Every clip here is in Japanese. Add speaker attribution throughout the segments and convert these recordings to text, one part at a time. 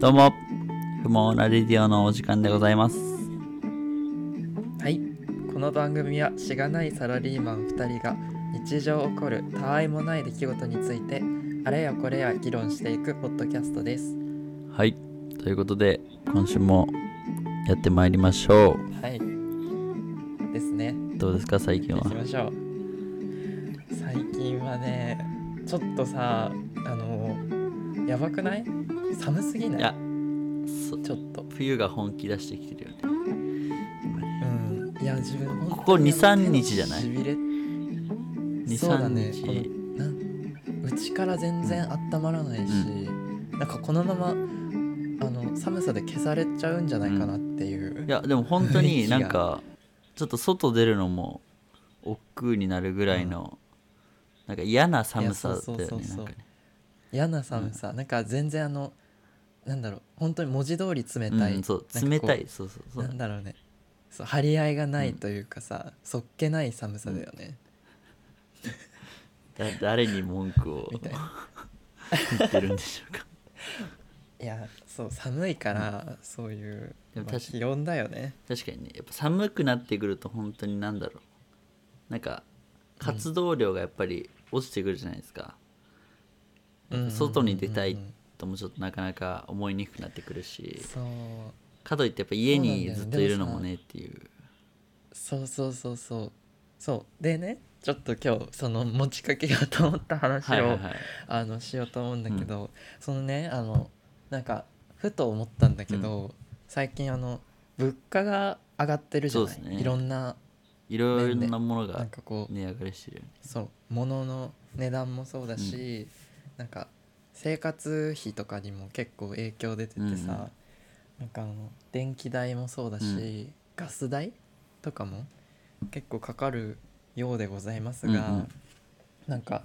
Speaker 1: どうも、不毛なレディオのお時間でございます。
Speaker 2: はい、この番組はしがないサラリーマン2人が日常起こるたわいもない出来事についてあれやこれや議論していくポッドキャストです。
Speaker 1: はい、ということで、今週もやってまいりましょ
Speaker 2: はい。ですね。
Speaker 1: う。どうですか、最近
Speaker 2: やっていき
Speaker 1: は。
Speaker 2: ましょう。最近はね、ちょっとさ、あの、やばくない寒すぎないい
Speaker 1: や、そ
Speaker 2: ちょっと。
Speaker 1: 冬が本気出してきてるよね。
Speaker 2: うん。いや、自分本当に
Speaker 1: ここ2 3日じゃない
Speaker 2: しびれ
Speaker 1: 2、
Speaker 2: そうだ
Speaker 1: 3
Speaker 2: ね
Speaker 1: 日。
Speaker 2: このなんうちから全然温まらないし、なんかこのままあの寒さで消されちゃうんじゃないかなっていう、
Speaker 1: いや、でも本当に
Speaker 2: 雰囲気が
Speaker 1: なんか、ちょっと外出るのも億劫になるぐらいの、なんか嫌な寒さだよ
Speaker 2: い
Speaker 1: ね
Speaker 2: やそうそう
Speaker 1: な
Speaker 2: そうそうん
Speaker 1: かね。
Speaker 2: 嫌な寒さ、なんか全然あのなんだろう本当に文字通り冷たい、
Speaker 1: うん、そう
Speaker 2: なんかこう
Speaker 1: 冷たいそうそうそ
Speaker 2: なん
Speaker 1: う
Speaker 2: だろうねそう張り合いがないというかさ、そっけない寒さだよね、
Speaker 1: だ 誰に文句を
Speaker 2: みたいな
Speaker 1: 言ってるんでしょうか
Speaker 2: いやそう寒いから、そういう、
Speaker 1: でも
Speaker 2: まあ
Speaker 1: 確かに
Speaker 2: 気温だよね
Speaker 1: 確かにねやっぱ寒くなってくると本当になんだろうなんか活動量がやっぱり落ちてくるじゃないですか、やっぱ外に出たいともちょっとなかなか思いにくくなってくるし
Speaker 2: そう
Speaker 1: かといってやっぱ家にずっといるのもねっていう
Speaker 2: そうそうそうそうそうでねちょっと今日その持ちかけようと思った話を、
Speaker 1: はいはいはい
Speaker 2: あのしようと思うんだけど、そのねあのなんかふと思ったんだけど、最近あの物価が上がってるじゃない、
Speaker 1: そうですね
Speaker 2: いろんない
Speaker 1: ろいろなもの
Speaker 2: な
Speaker 1: が
Speaker 2: んかこう、
Speaker 1: 値上がりしてるよね
Speaker 2: そう物の値段もそうだし、なんか生活費とかにも結構影響出ててさ、
Speaker 1: うんうん
Speaker 2: なんかあの電気代もそうだし、
Speaker 1: うん
Speaker 2: ガス代とかも結構かかるようでございますが、
Speaker 1: うんうん
Speaker 2: なんか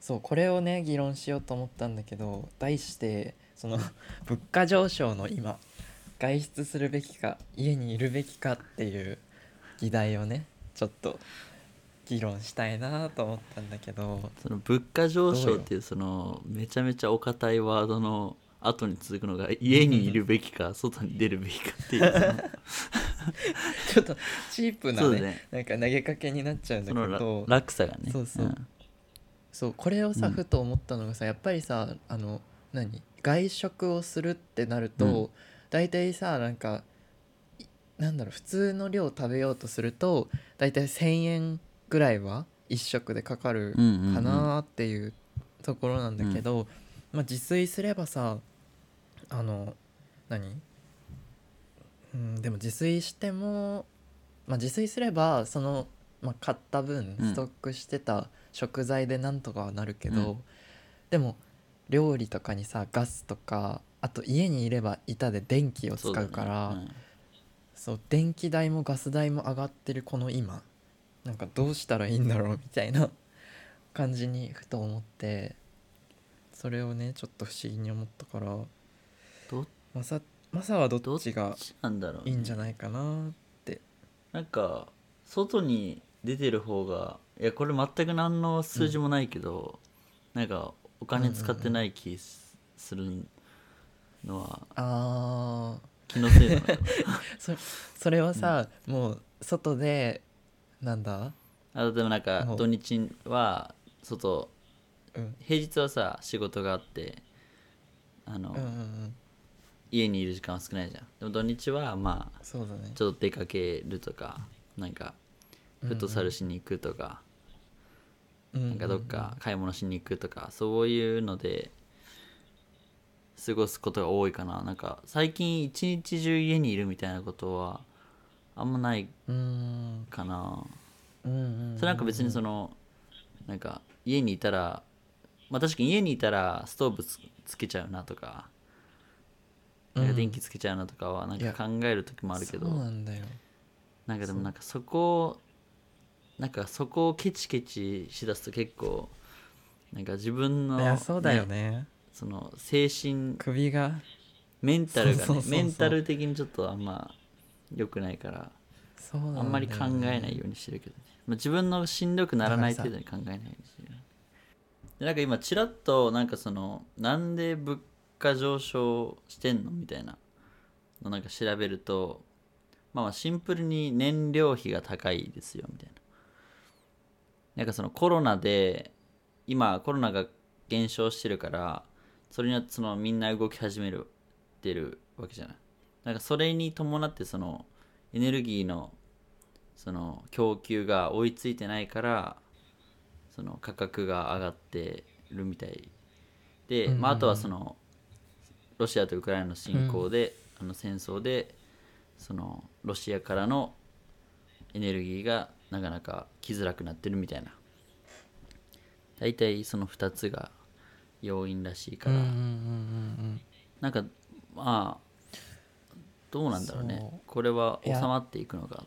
Speaker 2: そうこれをね議論しようと思ったんだけど題してその 物価上昇の今外出するべきか家にいるべきかっていう議題をねちょっと議論したいなと思ったんだけど
Speaker 1: その物価上昇っていうそのめちゃめちゃお堅いワードの後に続くのが家にいるべき か外に出るべきかっていうその
Speaker 2: ちょっとチープな
Speaker 1: そう
Speaker 2: ね
Speaker 1: だね
Speaker 2: なんか投げかけになっちゃうんだ
Speaker 1: その
Speaker 2: け
Speaker 1: ら
Speaker 2: ど
Speaker 1: 落差がね
Speaker 2: そうそうんそうこれをさ
Speaker 1: うん
Speaker 2: ふと思ったのがさやっぱりさあの何外食をするってなると、
Speaker 1: うん
Speaker 2: 大体さなんかいなんだろう普通の量食べようとすると大体1,000円ぐらいは1食でかかる
Speaker 1: うんうんうん
Speaker 2: かなっていうところなんだけど、まあ、自炊すればさあの何うんでも自炊しても、まあ、自炊すればその、まあ、買った分
Speaker 1: うん
Speaker 2: ストックしてた食材でなんとかはなるけど、
Speaker 1: うん
Speaker 2: でも料理とかにさガスとかあと家にいれば板で電気を使
Speaker 1: そううだね
Speaker 2: からそう,、
Speaker 1: ん
Speaker 2: 電気代もガス代も上がってるこの今なんかどうしたらいいんだろうみたいな 感じにふと思ってそれをねちょっと不思議に思ったから
Speaker 1: どっ
Speaker 2: マサマサはど
Speaker 1: ど
Speaker 2: っちが
Speaker 1: ちなんだろう
Speaker 2: い
Speaker 1: ね、
Speaker 2: いんじゃないかな
Speaker 1: なんか外に出てる方がいやこれ全く何の数字もないけど、なんかお金使ってない気すするのは
Speaker 2: あー
Speaker 1: 気のせいなのかな
Speaker 2: そそれはさ、もう外でなんだ、
Speaker 1: あでもなんか
Speaker 2: もう
Speaker 1: 土日は外
Speaker 2: うん、
Speaker 1: 平日はさ仕事があってあの、
Speaker 2: うんうんうん
Speaker 1: 家にいる時間は少ないじゃんでも土日はまあ
Speaker 2: そうだね
Speaker 1: ちょっと出かけるとかなんかフットサルしに行くとか、
Speaker 2: な
Speaker 1: なんかどっか買い物しに行くとかそういうので過ごすことが多いかななんか最近一日中家にいるみたいなことはあんまない
Speaker 2: うん
Speaker 1: かな
Speaker 2: うんうん
Speaker 1: それなんか別に
Speaker 2: の
Speaker 1: そのなんか家にいたらまあ確かに家にいたらストーブつつけちゃうなとかなんか電気つけちゃうなとかはなん
Speaker 2: い
Speaker 1: か
Speaker 2: や
Speaker 1: 考える時もあるけど
Speaker 2: そうなんだよ
Speaker 1: なんかでもなんかそこをなんかそこをケチケチしだすと結構なんか自分の
Speaker 2: いやそうだよね
Speaker 1: その精神
Speaker 2: 首が
Speaker 1: メンタルが
Speaker 2: そう
Speaker 1: ね
Speaker 2: そうそうそ
Speaker 1: メ
Speaker 2: う
Speaker 1: ンタル的にちょっとあんま良くないから
Speaker 2: そうなんだ
Speaker 1: あ
Speaker 2: よね
Speaker 1: んまり考えないようにしてるけどね、まあ、自分のしんどくならない
Speaker 2: だ
Speaker 1: 程
Speaker 2: か
Speaker 1: 度
Speaker 2: ら
Speaker 1: に考えないようにしてるでなんか今ちらっとなんかそのなんで物価上昇してんのみたいなのなんか調べると、まあまあシンプルに燃料費が高いですよみたいな。なんかそのコロナで今コロナが減少してるからそれによってそのみんな動き始めるってるわけじゃない。なんかそれに伴ってそのエネルギーのその供給が追いついてないからその価格が上がってるみたいで、
Speaker 2: うんうんうん
Speaker 1: まあ、あとはそのロシアとウクライナの侵攻で、あの戦争でそのロシアからのエネルギーがなかなか来づらくなってるみたいな大体その2つが要因らしいか
Speaker 2: うん
Speaker 1: ら、
Speaker 2: うんうん
Speaker 1: なんかまあどうなんだろう
Speaker 2: そ
Speaker 1: ね
Speaker 2: う
Speaker 1: これはい収
Speaker 2: や
Speaker 1: まっていくのか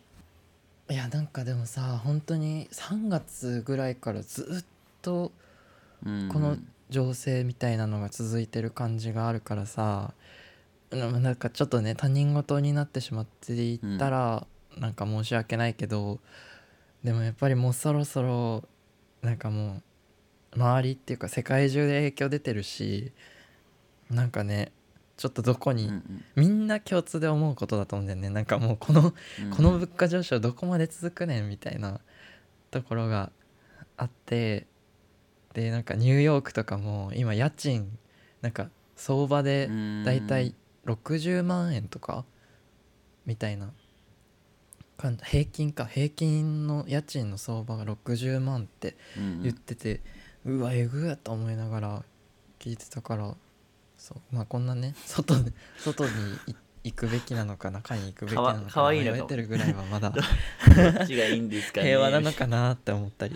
Speaker 2: うんいやなんかでもさ本当に3月ぐらいからずっと
Speaker 1: うん
Speaker 2: この情勢みたいなのが続いてる感じがあるからさうんなんかちょっとね他人事になってしまっていたら、なんか申し訳ないけどでもやっぱりもうそろそろなんかもう周りっていうか世界中で影響出てるしなんかねちょっとどこ
Speaker 1: う
Speaker 2: に、
Speaker 1: んうん
Speaker 2: みんな共通で思うことだと思うんだよねなんかもうこの
Speaker 1: うん
Speaker 2: この物価上昇どこまで続くねんみたいなところがあってでなんかニューヨークとかも今家賃なんか相場でだいたい60万円とかみたいなかん平均か平均の家賃の相場が60万って
Speaker 1: うん
Speaker 2: 言ってて、うわえぐやと思いながら聞いてたからそうまあこんなね 外で外にい行くべきなのか中に行くべきなの
Speaker 1: かわ
Speaker 2: か
Speaker 1: いいのか
Speaker 2: 迷ってるぐらいは まだ
Speaker 1: どっちがいいんですかね
Speaker 2: 平和なのかなって思ったり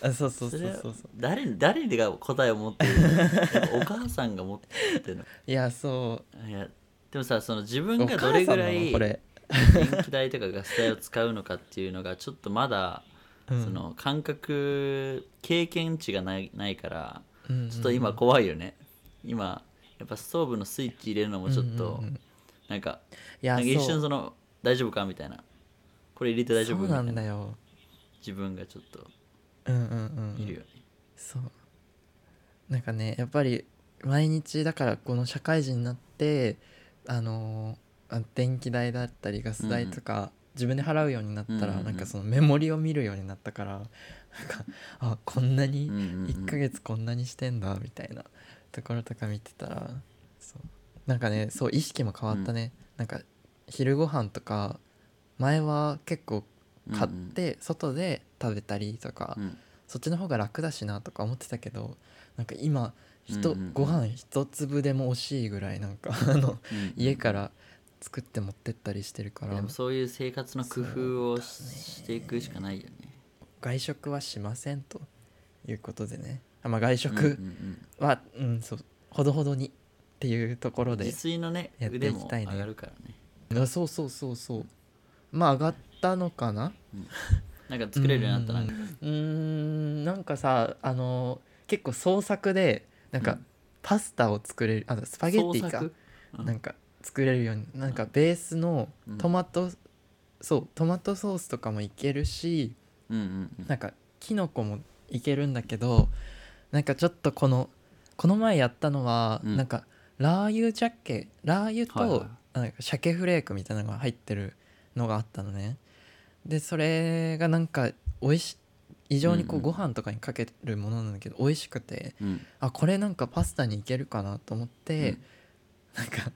Speaker 2: あそうそうそう
Speaker 1: れは
Speaker 2: そうそう
Speaker 1: 誰誰が答えを持ってる のやっぱお母さんが持ってるの
Speaker 2: いやそ
Speaker 1: いやでもさその自
Speaker 2: う
Speaker 1: 分
Speaker 2: お
Speaker 1: が
Speaker 2: 母
Speaker 1: どれ
Speaker 2: さ
Speaker 1: ぐ
Speaker 2: ん
Speaker 1: ら
Speaker 2: ないのこ
Speaker 1: 電
Speaker 2: れ、
Speaker 1: 気代とかガス代を使うのかっていうのがちょっとまだ、
Speaker 2: うん
Speaker 1: その感覚経験値がないないから
Speaker 2: うんうんうん
Speaker 1: ちょっと今怖いよね、今やっぱストーブのスイッチ入れるのもちょっと
Speaker 2: うんうんうんい
Speaker 1: なんか,、
Speaker 2: や
Speaker 1: なんか一瞬
Speaker 2: そう
Speaker 1: その大丈夫かみたいなこれ入れて大丈夫
Speaker 2: そ
Speaker 1: み
Speaker 2: う
Speaker 1: た
Speaker 2: ないん
Speaker 1: な
Speaker 2: だよ
Speaker 1: 自分がちょっと
Speaker 2: うんうんうんうん
Speaker 1: いるよね、
Speaker 2: そうなんかねやっぱり毎日だからこの社会人になってあのーあ電気代だったりガス代とか、自分で払うようになったら、
Speaker 1: うんうんうん
Speaker 2: なんかそのメモリを見るようになったからなんかあこんなに
Speaker 1: うんうんうん
Speaker 2: 1ヶ月こんなにしてんだみたいなところとか見てたらそうなんかねそう意識も変わったね、なんか昼ご飯とか前は結構買っ
Speaker 1: うん
Speaker 2: て外で食べたりとか、
Speaker 1: うん
Speaker 2: そっちの方が楽だしなとか思ってたけどなんか今ひと
Speaker 1: うんうんうん
Speaker 2: ご飯一粒でも惜しいぐらいなんか あの
Speaker 1: うん
Speaker 2: 家から作って持ってったりしてるから
Speaker 1: でもそういう生活の工夫をし
Speaker 2: そうだね
Speaker 1: していくしかないよね。
Speaker 2: 外食はしませんということでねあまあ外
Speaker 1: うん
Speaker 2: 食
Speaker 1: うん
Speaker 2: はうん、そうほどほどにっていうところ
Speaker 1: うん、
Speaker 2: で
Speaker 1: 自炊のね
Speaker 2: やって
Speaker 1: 腕
Speaker 2: いき
Speaker 1: も
Speaker 2: た
Speaker 1: 上
Speaker 2: いね
Speaker 1: がるからね。
Speaker 2: あそうそうそうそうまあ上がったのかな
Speaker 1: なんか作れるようになったら、
Speaker 2: うんうんうんなんかさあの結構創作でなん
Speaker 1: う
Speaker 2: か
Speaker 1: ん
Speaker 2: パスタを作れるあのスパゲッティか
Speaker 1: 創作うん
Speaker 2: なんか作れるようになんかベースのトマト、そうトマトソースとかもいけるし
Speaker 1: うんうんうん
Speaker 2: なんかキノコもいけるんだけどなんかちょっとこのこの前やったのは、
Speaker 1: うん
Speaker 2: なんかラー油ジャッケラー
Speaker 1: はい
Speaker 2: 油
Speaker 1: は
Speaker 2: となんか鮭フレークみたいなのが入ってるのがあったのねでそれがなんか美味し異常にこう
Speaker 1: うんう
Speaker 2: ご
Speaker 1: ん
Speaker 2: 飯とかにかけるものなんだけど美味しくて
Speaker 1: うん
Speaker 2: あこれなんかパスタにいけるかなと思って、
Speaker 1: うん
Speaker 2: なんか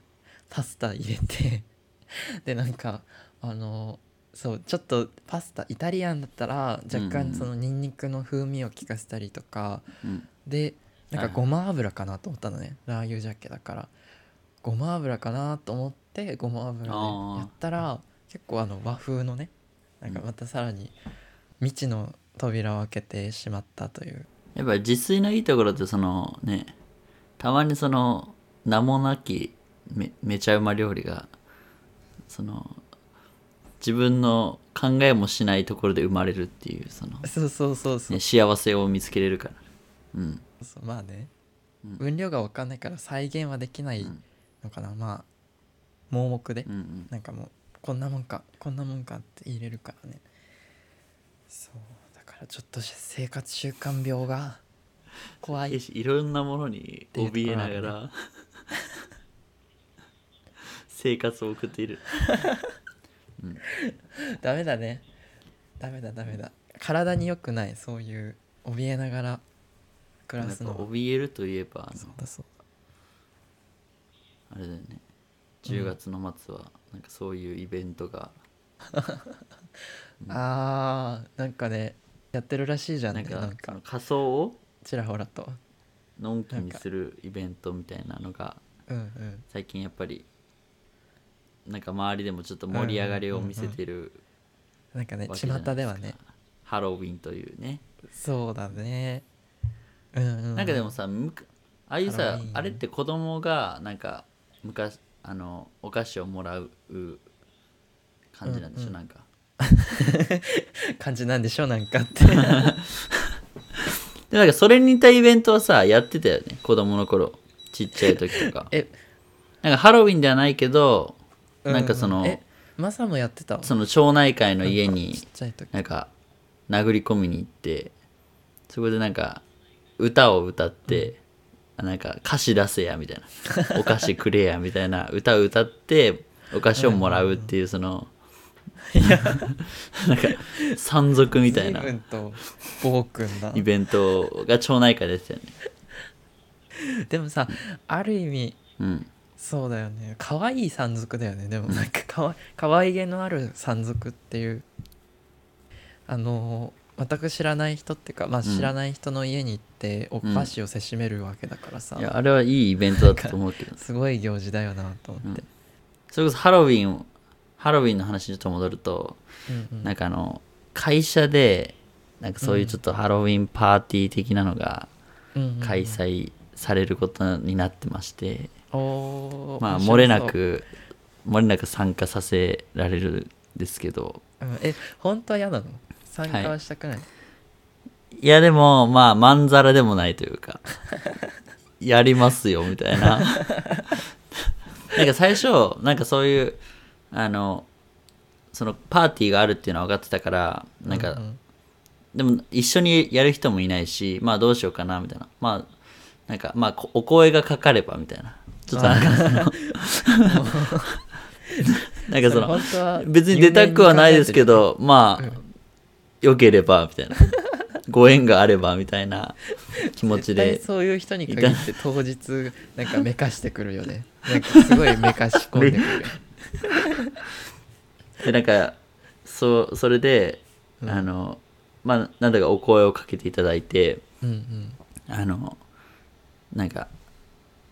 Speaker 2: パスタ入れて でなんかあのそうちょっとパスタイタリアンだったら若
Speaker 1: うんうんう
Speaker 2: 干
Speaker 1: ん
Speaker 2: そのニンニクの風味を効かせたりとか
Speaker 1: うん
Speaker 2: でなん
Speaker 1: はい
Speaker 2: か
Speaker 1: はい
Speaker 2: ごま油かなと思ったのね、ラー油ジャケだからごま油かなと思ってごま油で
Speaker 1: あー
Speaker 2: やったら結構あの和風のねなんかまたさらに未知の扉を開けてしまったという
Speaker 1: やっぱ自炊のいいところってそのねたまにその名もなきめめちゃうま料理がその自分の考えもしないところで生まれるっていうその、
Speaker 2: そうそうそうそう
Speaker 1: ね、幸せを見つけれるから。うん
Speaker 2: そうまあね、
Speaker 1: うん
Speaker 2: 分量が分かんないから再現はできない
Speaker 1: うん
Speaker 2: のかな、まあ盲目で、
Speaker 1: うんうん
Speaker 2: なんかもうこんなもんかこんなもんかって入れるからねそうだからちょっとし生活習慣病が怖
Speaker 1: よ
Speaker 2: い
Speaker 1: しいろんなものに怯えながら 生活を送っている
Speaker 2: ダメだねダメだダメだ体に良くないそういう怯えながら暮
Speaker 1: なん
Speaker 2: ら
Speaker 1: か
Speaker 2: すのは
Speaker 1: 怯えるといえばあ
Speaker 2: そう
Speaker 1: の
Speaker 2: だそう
Speaker 1: あれだよね10月の末はなんかそういうイベントが、
Speaker 2: だあーなんかねやってるらしいじゃん
Speaker 1: なん
Speaker 2: ね
Speaker 1: か
Speaker 2: なん
Speaker 1: そ
Speaker 2: か
Speaker 1: の仮装を
Speaker 2: ちらほらと
Speaker 1: のんきにするイベントみたいなのが
Speaker 2: うんうん
Speaker 1: 最近やっぱりなんか周りでもちょっと盛り上がりを見せてる
Speaker 2: なんかね
Speaker 1: わけじゃないですか
Speaker 2: 巷ではね
Speaker 1: ハロウィンというね
Speaker 2: そうだねうんうん
Speaker 1: なんかでもさむくああいう
Speaker 2: ハロ
Speaker 1: さ
Speaker 2: ウィン
Speaker 1: あれって子供がなんか昔あのお菓子をもらう感じなんでしょ、
Speaker 2: うんうん
Speaker 1: なんか
Speaker 2: 感じなんでしょなんかって
Speaker 1: でなんかそれに似たイベントはさやってたよね子供の頃ちっちゃい時とか
Speaker 2: え
Speaker 1: なんかハロウィンではないけどなんかその
Speaker 2: ううえマサもやってた
Speaker 1: その町内会の家に
Speaker 2: ちっちゃい時
Speaker 1: なんか殴り込みに行ってそこでなんか歌を歌って、なんか歌詞出せやみたいなお菓子く れやみたいな歌を歌ってお菓子をもらうっていうその、 なんか山賊みたいな
Speaker 2: 随分と暴君だ
Speaker 1: イベントが町内会でしたよね
Speaker 2: でもさある意味
Speaker 1: うん
Speaker 2: そうだよね可愛い山賊だよねでもなんかかわ可愛げのある山賊っていうあのー全く知らない人っていうか、まあ、知らない人の家に行ってお菓子をせしめるわけだからさ、
Speaker 1: いやあれはいいイベントだったと思うけど
Speaker 2: すごい行事だよなと思って、
Speaker 1: それこそハロウィンハロウィンの話にちょっと戻ると
Speaker 2: うんうん
Speaker 1: なんかあの会社でなんかそういうちょっとハロウィンパーティー的なのが
Speaker 2: うんうんうん
Speaker 1: 開催されることになってまして、
Speaker 2: おー
Speaker 1: まあ
Speaker 2: 面白そう
Speaker 1: 漏れなく漏れなく参加させられるんですけど
Speaker 2: うんえ本当は嫌なの参加はしたくない、
Speaker 1: いやでもまあまんざらでもないという かやりますよみたいな なんか最初なんかそういうあのそのパーティーがあるっていうのは分かってたからなんか、
Speaker 2: ううん
Speaker 1: でも一緒にやる人もいないしまあどうしようかなみたいなまあなんかまあこお声がかかればみたいなちょっとなんかそのなんかその
Speaker 2: 本 当は
Speaker 1: 別に出たくはないですけどまあ、
Speaker 2: うん
Speaker 1: 良ければみたいなご縁があればみたいな気持ち
Speaker 2: 絶
Speaker 1: で
Speaker 2: 対そういう人に限って当日なんかめかしてくるよねなんかすごいめかし込んでく るよね
Speaker 1: でなんかそうそれで、あのまあなんだかお声をかけていただいて
Speaker 2: うんうん
Speaker 1: あのなんか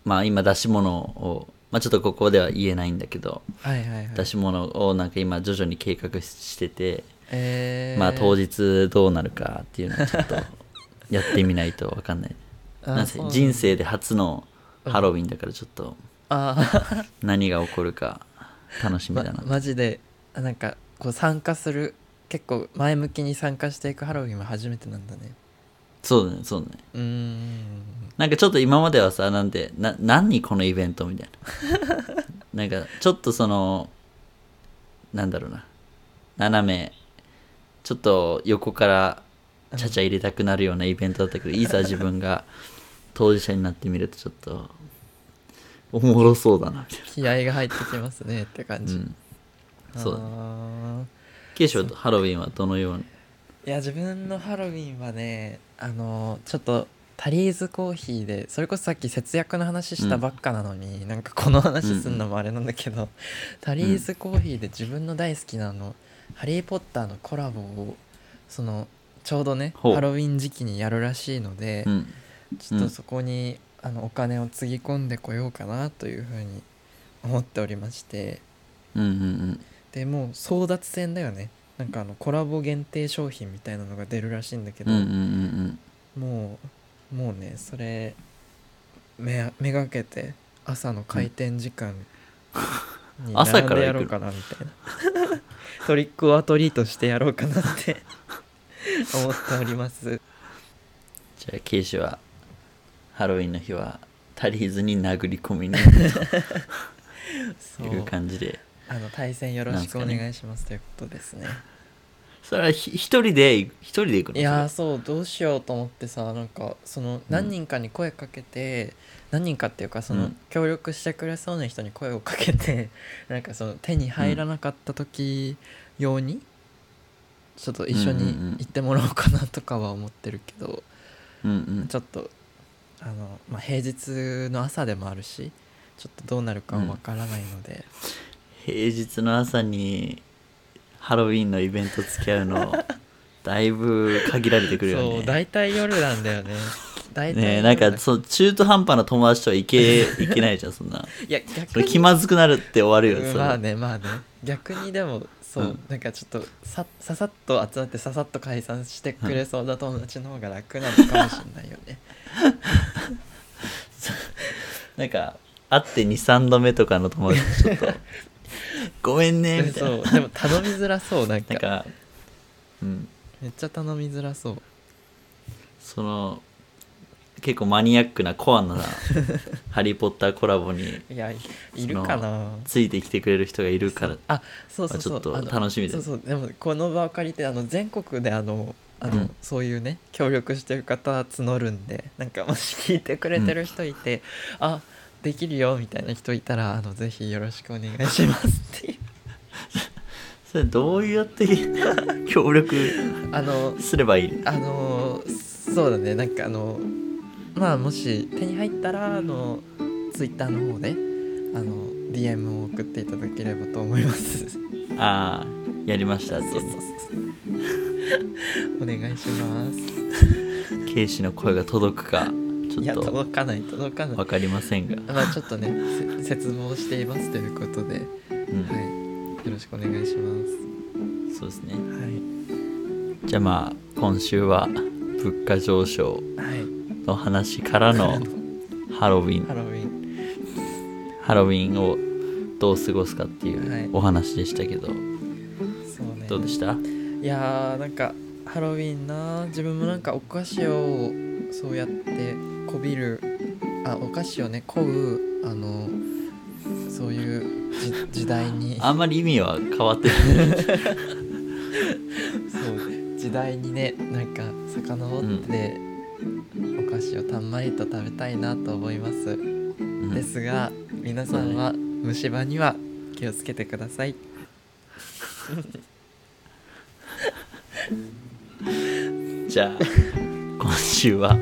Speaker 1: まあ今出し物を、まあ、ちょっとここでは言えないんだけど
Speaker 2: はいはいはい
Speaker 1: 出し物をなんか今徐々に計画してて、
Speaker 2: えー
Speaker 1: まあ当日どうなるかっていうのをちょっ とやってみないと分かんない
Speaker 2: あ
Speaker 1: なんせ
Speaker 2: そう
Speaker 1: 人生で初のハロウィンだからちょっと
Speaker 2: あ
Speaker 1: 何が起こるか楽し
Speaker 2: ー、
Speaker 1: み
Speaker 2: ま
Speaker 1: だな、
Speaker 2: マジでなんかこう参加する結構前向きに参加していくハロウィンは初めてなんだね
Speaker 1: そうだねそうだね
Speaker 2: うーん
Speaker 1: なんかちょっと今まではさなんでな何このイベントみたい ななんかちょっとそのなんだろうな斜めちょっと横からちゃちゃ入れたくなるようなイベントだったけどいざ自分が当事者になってみるとちょっとおもろそうだなみたい
Speaker 2: 気合が入ってきますねって感じ、
Speaker 1: な、うん、そうだね
Speaker 2: ね
Speaker 1: ケイシはハロウィンはどのように
Speaker 2: いや自分のハロウィンはねあのちょっとタリーズコーヒーでそれこそさっき節約の話したばっかなのに、なんかこの話すんのもあれなんだけど、タリーズコーヒーで自分の大好きなあの「ハリー・ポッター」のコラボをそのちょうどね
Speaker 1: ほう
Speaker 2: ハロウィン時期にやるらしいので、
Speaker 1: うん
Speaker 2: ちょっとそこにあのお金をつぎ込んでこようかなというふうに思っておりまして
Speaker 1: うんうん
Speaker 2: でもう争奪戦だよねなんかあのコラボ限定商品みたいなのが出るらしいんだけ
Speaker 1: うんう
Speaker 2: ど。
Speaker 1: んうんうん
Speaker 2: もうもうねそれめめがけて朝の開店時間に
Speaker 1: 朝
Speaker 2: 並ん
Speaker 1: から行くの
Speaker 2: でやろうかなみたいなトリックオアトリートしてやろうかなって思っております
Speaker 1: じゃあケイシはハロウィンの日は足りずに殴り込みに
Speaker 2: そ
Speaker 1: という
Speaker 2: う
Speaker 1: 感じで
Speaker 2: あの対戦よろしくお願いしますということですね
Speaker 1: それはひ一人で一人で行くの
Speaker 2: いやーそうどうしようと思ってさなんかその何人かに声かけて、何人かっていうかその、
Speaker 1: うん
Speaker 2: 協力してくれそうな人に声をかけて なんかその手に入らなかった時用に、ちょっと一緒
Speaker 1: うんうんうん
Speaker 2: に行ってもらおうかなとかは思ってるけど、
Speaker 1: それうんうん
Speaker 2: ちょっとあの、まあ、平日の朝でもあるしちょっとどうなるかはわからないので、
Speaker 1: 平日の朝にハロウィンのイベント付き合うの だいぶ限られてくるよ
Speaker 2: そう
Speaker 1: ね
Speaker 2: 大体夜なんだよね大体
Speaker 1: ねえ
Speaker 2: 夜
Speaker 1: な
Speaker 2: だ
Speaker 1: んかそう中途半端な友達とは行 け行けないじゃんそんない
Speaker 2: や
Speaker 1: そ
Speaker 2: 逆
Speaker 1: れ
Speaker 2: に
Speaker 1: 気まずくなるって終わるよ、
Speaker 2: うん
Speaker 1: それ
Speaker 2: まあねまあね逆にでもそう、
Speaker 1: うん
Speaker 2: なんかちょっとさささっと集まってささっと解散してくれそうな友達の方が楽なのかもしれないよ ね
Speaker 1: なんか会って23度目とかの友達とちょっと「ごめんね」みたいな
Speaker 2: そうでも頼みづらそうなんか
Speaker 1: なんかうん
Speaker 2: めっちゃ頼みづらそう
Speaker 1: その結構マニアックなコ アな「ハリー・ポッター」コラボに
Speaker 2: いやいいるかな
Speaker 1: ついてきてくれる人がいるから
Speaker 2: あそうそうそう
Speaker 1: まあちょっと
Speaker 2: あの
Speaker 1: 楽しみだ
Speaker 2: そう
Speaker 1: よ
Speaker 2: そうでもこの場を借りてあの全国であのあの、
Speaker 1: うん
Speaker 2: そういうね協力してる方募るんでなんかもし聞いてくれてる人いて、あできるよみたいな人いたらあのぜひよろしくお願いしますっていう
Speaker 1: それどうやって 協力
Speaker 2: あの
Speaker 1: すればいいの
Speaker 2: あのそうだねなんかあのまあもし手に入ったらあのツイッターの方であの DM を送っていただければと思います。
Speaker 1: ああやりましたって
Speaker 2: そうそうそうお願いします。
Speaker 1: 警視の声が届くか
Speaker 2: い
Speaker 1: ちょ
Speaker 2: や
Speaker 1: っと
Speaker 2: 届かない届かない
Speaker 1: 分かりませんが、
Speaker 2: まあちょっとねせ絶望していますということで、
Speaker 1: うん
Speaker 2: はい、よろしくお願いしま
Speaker 1: そうですね
Speaker 2: すは
Speaker 1: じゃあまあ今週は物価上昇
Speaker 2: い、はい、
Speaker 1: の話からのハロウィ
Speaker 2: ハ
Speaker 1: ン
Speaker 2: ロウィン
Speaker 1: ハロウィンをどう過ごすかってい
Speaker 2: はいう
Speaker 1: お話でしたけど、
Speaker 2: そうね
Speaker 1: どうでした
Speaker 2: いやーなんかハロウィンな自分もなんかお菓子をそうやってこびるあお菓子をねこうあのそういうじ時代に
Speaker 1: あんまり意味は変わってない
Speaker 2: そう時代にねなんか遡って、お菓子をたんまりと食べたいなと思います、
Speaker 1: うん
Speaker 2: ですが皆さんは虫歯には気をつけてください
Speaker 1: じゃあ今週は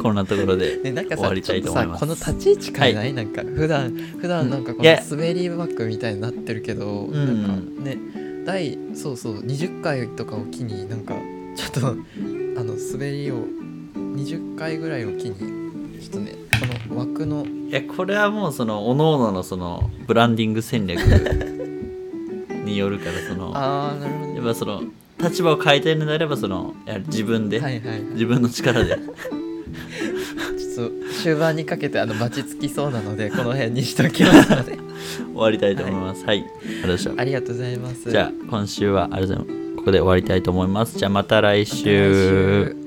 Speaker 1: こんなところで
Speaker 2: ねなんか
Speaker 1: 終
Speaker 2: さ
Speaker 1: わり
Speaker 2: ち
Speaker 1: た
Speaker 2: ょっ
Speaker 1: い
Speaker 2: と
Speaker 1: と思
Speaker 2: さ
Speaker 1: います
Speaker 2: この立ち位置変えない、
Speaker 1: は
Speaker 2: なんか普段普段なんかこ
Speaker 1: いや
Speaker 2: の滑り枠みたいになってるけど、
Speaker 1: ん
Speaker 2: なんかね第そうそう20回とかを機になんかちょっとあの滑りを20回ぐらいを機にちょっとねこの枠の
Speaker 1: いやこれはもうその各々のそのブランディング戦略によるからそのや
Speaker 2: ああなるほどね
Speaker 1: っぱその立場を変えたいのであればそのやはり自分で、
Speaker 2: はいはいはい
Speaker 1: 自分の力で
Speaker 2: ちょっと終盤にかけてあのバチつきそうなのでこの辺にしときます ので
Speaker 1: 終わりたいと思いますはい、ありがとうございま
Speaker 2: ありがとうございます
Speaker 1: すじゃあ今週はありがとうございますここで終わりたいと思いますじゃあまた来
Speaker 2: また来
Speaker 1: 週
Speaker 2: 週